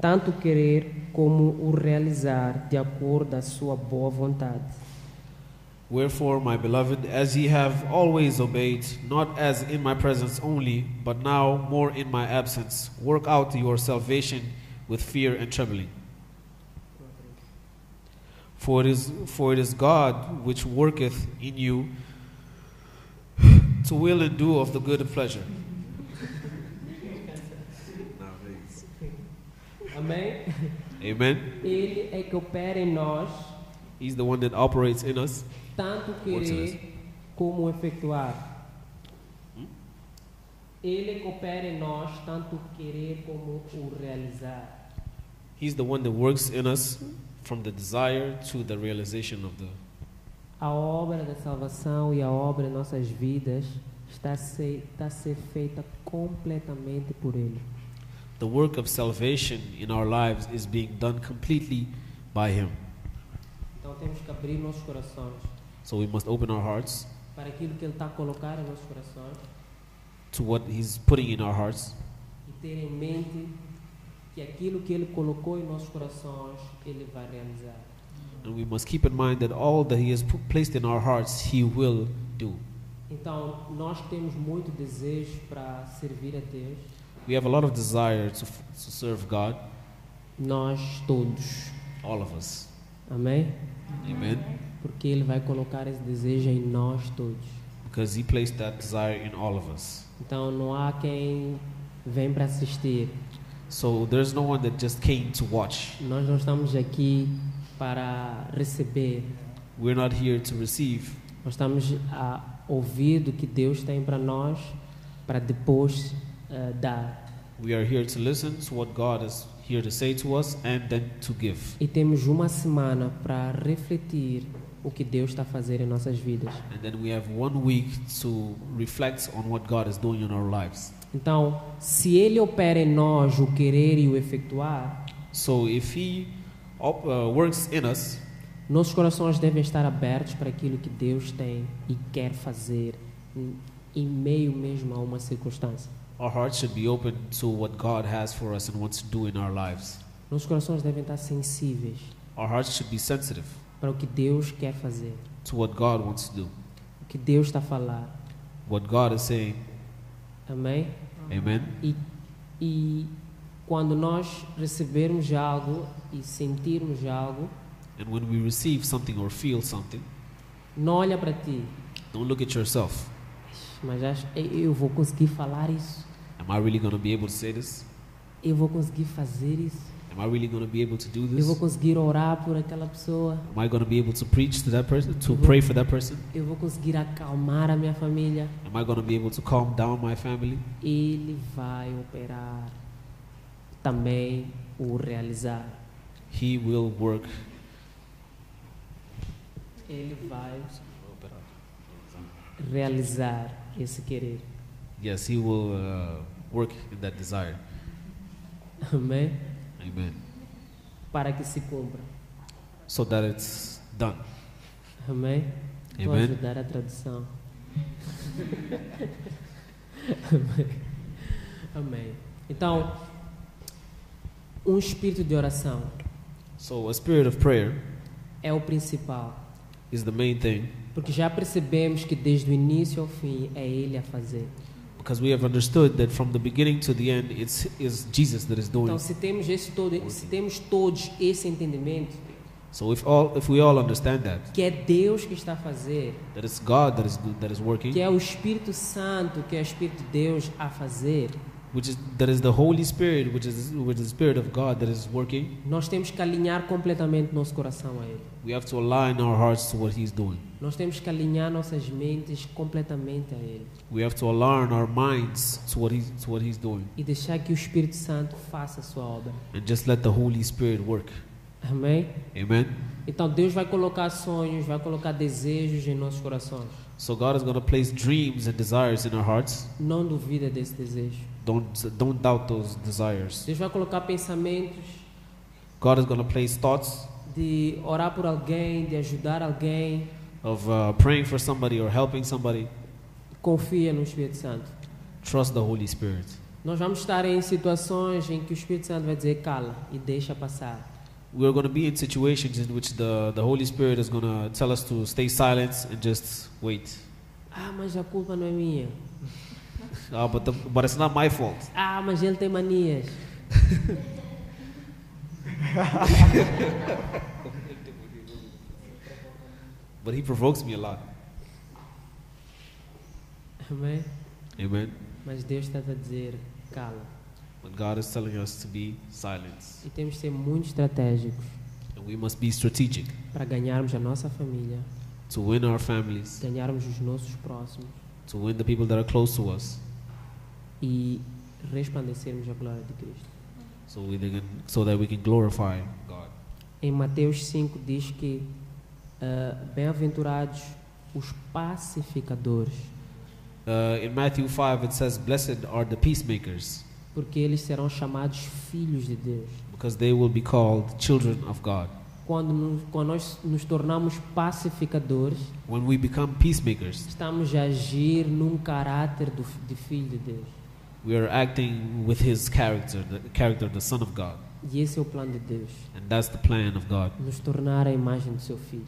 tanto o querer como o realizar de acordo à sua boa vontade.
Wherefore, my beloved, as ye have always obeyed, not as in my presence only, but now more in my absence, work out your salvation with fear and trembling. For it is, for it is God which worketh in you to will and do of the good pleasure.
Amém?
Amen.
Ele é que opera em nós
He's the one that operates in us,
tanto
What's
querer como efetuar. Ele é que opera em nós tanto o querer como o realizar.
He's the one that works in us from the desire to the realization of the.
A obra da salvação e a obra em nossas vidas está a ser, está a ser feita completamente por Ele.
The work of salvation in our lives is being done completely by Him.
Então temos que abrir nossos corações
So we must open our hearts
para aquilo que Ele está a colocar em nossos corações
to what He's putting in our hearts
e ter em mente que aquilo que Ele colocou em nossos corações Ele vai realizar.
And we must keep in mind that all that He has pu- placed in our hearts, He will do.
Então nós temos muito desejo para servir a Deus,
We have a lot of desire to, f- to serve God,
nós todos,
all of us.
amém?
Amen.
Porque Ele vai colocar esse desejo em nós todos.
Because He placed that desire in all of us.
Então não há quem vem para assistir.
So there's no one that just came to watch.
Nós não estamos aqui para receber.
We're not here to receive.
Nós estamos a ouvir do que Deus tem para nós, para depois eh, dar.
We are here to listen to what God is here to say to us and then to give.
E temos uma semana para refletir o que Deus está a fazer em nossas vidas.
And then we have one week to reflect on what God is doing in our lives.
Então, se Ele opera em nós o querer e o efetuar,
So if He op- uh, works in us,
nossos corações devem estar abertos para aquilo que Deus tem e quer fazer em, em meio mesmo a uma circunstância.
our hearts should be open to what God has for us and wants to do in our lives.
Nossos corações devem estar sensíveis
Our hearts should be sensitive
para o que Deus quer fazer,
to what God wants to do,
o que Deus está a falar.
what God is saying.
Amém?
Amen.
E, e quando nós recebermos algo e sentirmos algo,
And when we receive something or feel something,
não olha para ti,
don't look at yourself.
mas acha, "Ei, eu vou conseguir falar isso,
Am I really going to be able to say this?
eu vou conseguir fazer isso,
Am I really going to be able to do
eu
this?
vou conseguir orar por aquela pessoa,
Am I going to be able to preach to that person, to pray for that person?
eu vou conseguir acalmar a minha família.
Am I going to be able to calm down my family?
Ele vai operar também o realizar.
He will work.
Ele vai realizar esse querer.
Yes, he will uh, work in that desire.
Amém?
Amen.
Para que se cumpra.
So that it's done.
Amém? Vou
Amém.
ajudar a tradução. Amém. Amém. Então, um espírito de oração
So a spirit of prayer
é o principal,
is the main thing
porque já percebemos que desde o início ao fim é Ele a fazer.
because we have understood that from the beginning to the end, it's is Jesus that is doing.
Então, se temos esse todo, se temos todos esse entendimento
So if all, if we all understand that,
que é Deus que está a fazer,
that it's God that is do- that is
que
working,
é o Espírito Santo, que é o Espírito de Deus a fazer,
which is that is the Holy Spirit, which is which is the Spirit of God that is working.
nós temos que alinhar completamente nosso coração a Ele.
We have to align our hearts to what He's doing.
Nós temos que alinhar nossas mentes completamente a Ele
We have to align our minds to what He's to what He's doing,
e deixar que o Espírito Santo faça a sua obra.
and just let the Holy Spirit work.
Amém?
Amen.
Então Deus vai colocar sonhos, vai colocar desejos em nossos corações.
So God is going to place dreams and desires in our hearts.
Não duvida desse desejo.
Don't don't doubt those desires.
Deus vai colocar pensamentos
God is going to place thoughts
de orar por alguém, de ajudar alguém.
of uh, praying for somebody or helping somebody.
Confia no Espírito Santo.
Trust the Holy Spirit.
Nós vamos estar em situações em que o Espírito Santo vai dizer cala e deixa passar.
We're going to be in situations in which the, the Holy Spirit is going to tell us to stay silent and just wait.
Ah, mas a culpa não é minha.
Uh, but, the, but it's not my fault.
Ah, mas ele tem manias.
But He provokes me a lot.
Amém?
Amen.
Mas Deus está a dizer, cala.
When God is telling us to be silent,
E temos de ser muito estratégicos
and we must be strategic
para ganharmos a nossa família,
to win our families,
ganharmos os nossos próximos
to win the people that are close to us,
e resplandecermos a glória de Cristo.
so we they can, so that we can glorify God.
Em Mateus 5 diz que ah, bem-aventurados os pacificadores,
Uh, in Matthew five, it says, "Blessed are the peacemakers,
porque eles serão chamados filhos de Deus.
because they will be called children of God."
Quando, nos- quando nós nos tornamos pacificadores,
When we become peacemakers,
estamos a agir num caráter do, de filho de Deus.
we are acting with His character, the character of the Son of God,
E esse é o plano de Deus.
and that's the plan of God.
nos tornar a imagem do seu filho.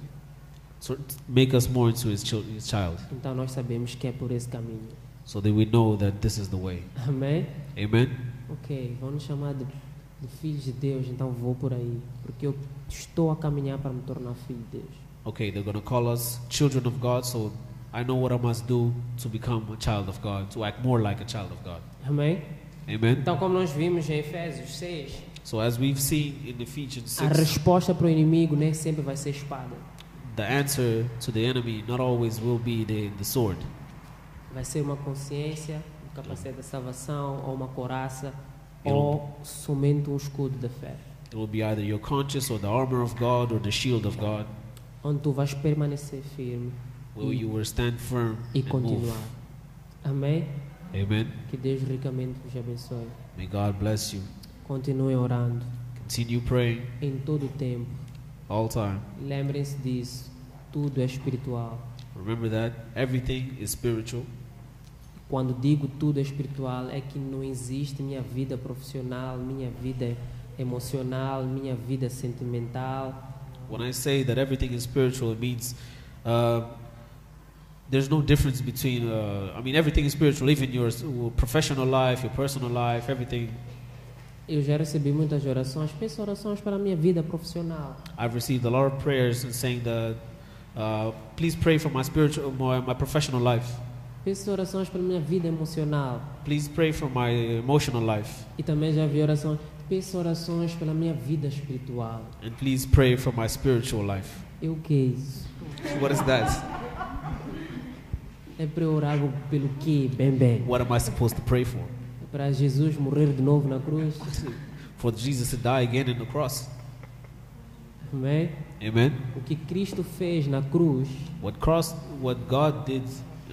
So to make us more into His, chil- his child,
Então nós sabemos que é por esse caminho.
so that we know that this is the way.
Amém?
Amen.
Ok, vão nos chamar de, de filhos de Deus, então vou por aí. Porque eu estou a caminhar para me tornar filho de Deus.
Okay, they're gonna call us children of God, so I know what I must do to become a child of God, to act more like a child of God.
Amém?
Amen.
Então, como nós vimos em Efésios 6,
So as we've seen in Ephesians
a
six.
resposta para o inimigo nem sempre vai ser espada,
the answer to the enemy not always will be the, the sword.
vai ser uma consciência, um capacete da salvação ou uma coraça.
Eu-
Ou somente um escudo da fé.
It will be either your conscience or the armor of God or the shield of God.
onde tu vais permanecer firme
Will you will stand firm
e
and move.
continuar. Amém?
Amen.
Que Deus ricamente vos abençoe.
May God bless you.
Continuem orando
Continue praying
em todo o tempo.
all time.
Lembrem-se disso. Tudo é espiritual.
Remember that everything is spiritual.
Quando digo tudo é espiritual, é que não existe minha vida profissional, minha vida emocional, minha vida sentimental.
When I say that everything is spiritual, it means uh, there's no difference between. Uh, I mean, everything is spiritual, even your s- professional life, your personal life, everything.
Eu já recebi muitas orações, peço orações para a minha vida profissional.
I've received a lot of prayers saying that. Uh, please pray for my spiritual, my, my professional life.
Peço orações para a minha vida emocional.
Please pray for my emotional life,
E também já vi orações, peço orações pela minha vida espiritual.
and please pray for my spiritual life.
Eu que é isso?
What is that?
É para eu orar pelo que, bem, bem?
What am I supposed to pray for?
É Para Jesus morrer de novo na cruz?
For Jesus to die again in the cross.
Amém?
Amen.
O que Cristo fez na cruz,
What cross? What God did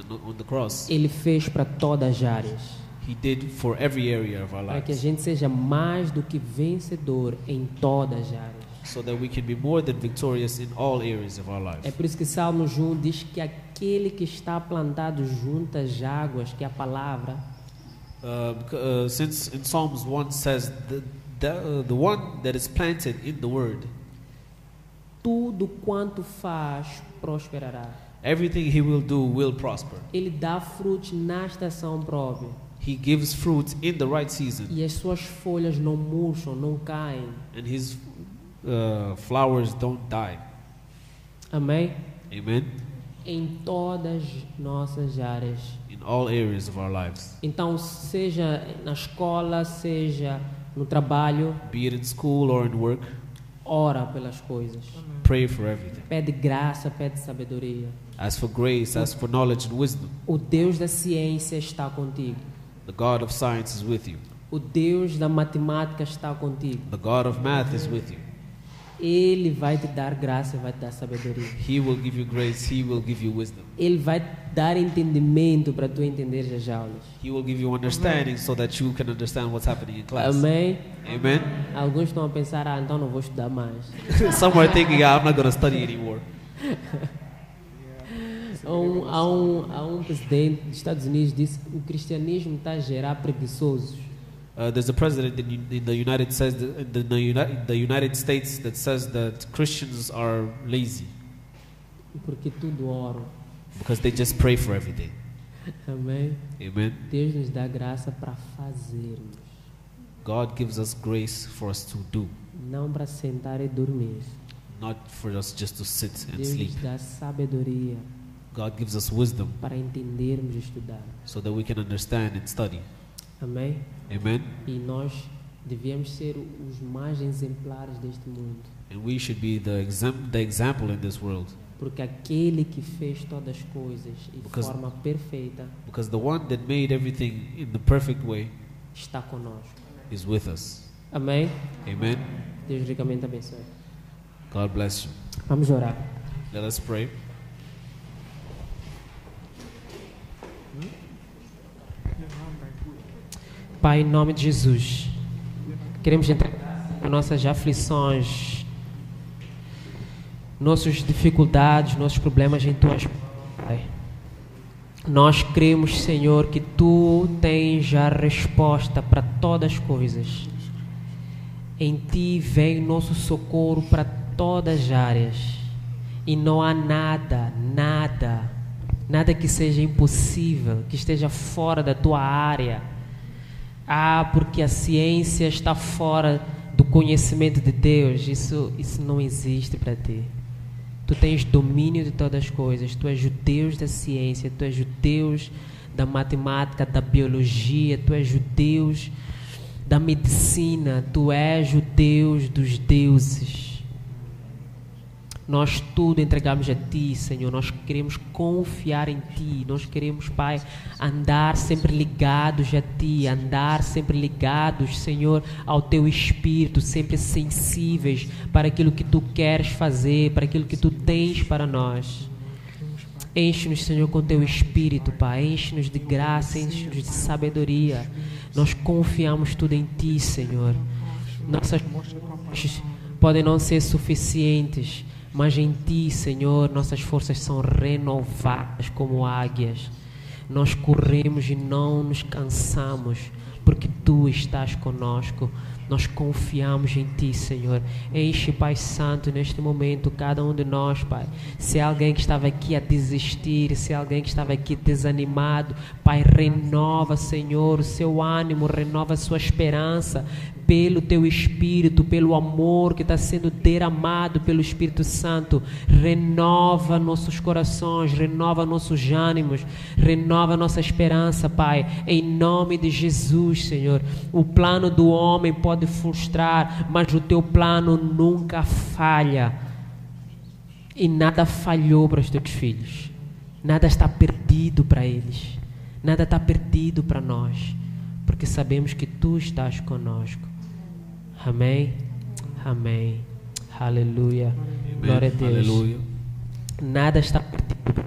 on- on the cross,
Ele fez para todas as áreas.
He did for every area of our
Para que a
lives,
gente seja mais do que vencedor em todas as áreas.
so that we can be more than victorious in all areas of our
É
life.
por isso que Salmos 1 diz que aquele que está plantado junto às águas, que é a palavra,
Uh, bec- uh, since in Psalms one says the the, uh, the one that is planted in the Word,
tudo quanto faz prosperará.
everything he will do will prosper.
Ele dá frutos na estação própria.
He gives fruit in the right season,
E as suas folhas não murcham, não caem.
and his uh, flowers don't die.
Amém?
Amen.
Em todas nossas áreas.
In all areas of our lives,
Então, seja na escola, seja no trabalho,
be it in school or in work,
ora pelas coisas.
pray for everything.
Pede graça, pede sabedoria.
Ask for grace, ask for knowledge and wisdom.
O Deus da ciência está contigo.
The God of science is with you.
O Deus da matemática está contigo.
The God of math is with you.
Ele vai te dar graça e vai te dar sabedoria.
He will give you grace. He will give you wisdom.
Ele vai te dar entendimento para tu entender as aulas.
He will give you understanding so that you can understand what's happening in class.
Amém?
Amen.
Alguns estão a pensar, ah, então não vou estudar mais.
Some are thinking, "Ah, I'm not going to study anymore.
Há um, há um- há um presidente dos Estados Unidos disse que o cristianismo está a gerar preguiçosos.
Uh, there's a president in, U- in the United States, in the, in the Uni- in the United States that says that Christians are lazy
Porque tudo oro.
because they just pray for everything.
Amém?
Amen.
Deus nos dá graça para fazermos,
God gives us grace for us to do,
não para sentar e dormir.
not for us just to sit and
Deus
sleep.
nos dá sabedoria
God gives us wisdom
para entendermos e estudar.
so that we can understand and study.
Amém?
Amen.
E nós devemos ser os mais exemplares deste mundo.
And we should be the, exam- the example in this world.
Porque aquele que fez todas as coisas e de
Because-
forma perfeita
Because the one that made everything in the perfect way
está conosco.
is with us.
Amém?
Amen.
Deus ricamente abençoe.
God bless you.
Vamos orar.
Let us pray.
Pai, em nome de Jesus, queremos entregar as nossas aflições, nossas dificuldades, nossos problemas em tuas mãos. Pai. Nós cremos, Senhor, que tu tens já a resposta para todas as coisas. Em ti vem nosso socorro para todas as áreas. E não há nada, nada, nada que seja impossível, que esteja fora da tua área. Ah, porque a ciência está fora do conhecimento de Deus. Isso, isso não existe para ti. Tu tens domínio de todas as coisas. Tu és o Deus da ciência, tu és o Deus da matemática, da biologia, tu és o Deus da medicina, tu és o Deus dos deuses. Nós tudo entregamos a Ti, Senhor. Nós queremos confiar em Ti. Nós queremos, Pai, andar sempre ligados a Ti, andar sempre ligados, Senhor, ao Teu Espírito, sempre sensíveis para aquilo que Tu queres fazer, para aquilo que Tu tens para nós. Enche-nos, Senhor, com teu espírito, Pai. Enche-nos de graça, enche-nos de sabedoria. Nós confiamos tudo em ti, Senhor. Nossas forças podem não ser suficientes, mas em ti, Senhor, nossas forças são renovadas como águias. Nós corremos e não nos cansamos, porque tu estás conosco. Nós confiamos em Ti, Senhor. Enche, Pai Santo, neste momento, cada um de nós, Pai. Se há alguém que estava aqui a desistir, se há alguém que estava aqui desanimado, Pai, renova, Senhor, o seu ânimo, renova a sua esperança pelo Teu Espírito, pelo amor que está sendo derramado pelo Espírito Santo. Renova nossos corações, renova nossos ânimos, renova nossa esperança, Pai. Em nome de Jesus, Senhor. O plano do homem pode frustrar, mas o teu plano nunca falha. E nada falhou para os teus filhos. Nada está perdido para eles. Nada está perdido para nós. Porque sabemos que tu estás conosco. Amém? Amém. Aleluia. Glória a Deus.
Hallelujah.
Nada está perdido.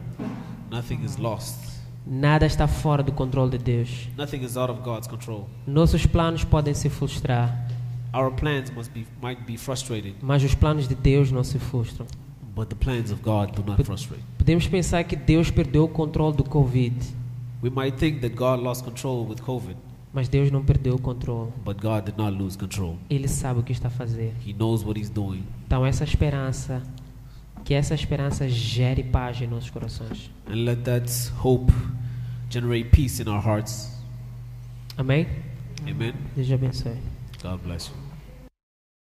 Nothing is lost.
Nada está fora do controle de Deus.
Nothing is out of God's control.
Nossos planos podem se frustrar,
Our plans must be might be frustrated,
mas os planos de Deus não se frustram.
but the plans of God do not frustrate.
Podemos pensar que Deus perdeu o controle do Covid,
We might think that God lost control with COVID,
mas Deus não perdeu o controle.
but God did not lose control.
Ele sabe o que está a fazer.
He knows what he's doing,
Então essa esperança, que essa esperança gere paz em nossos corações.
and let that hope generate peace in our hearts.
Amém?
Amen.
Deus te abençoe.
God bless you.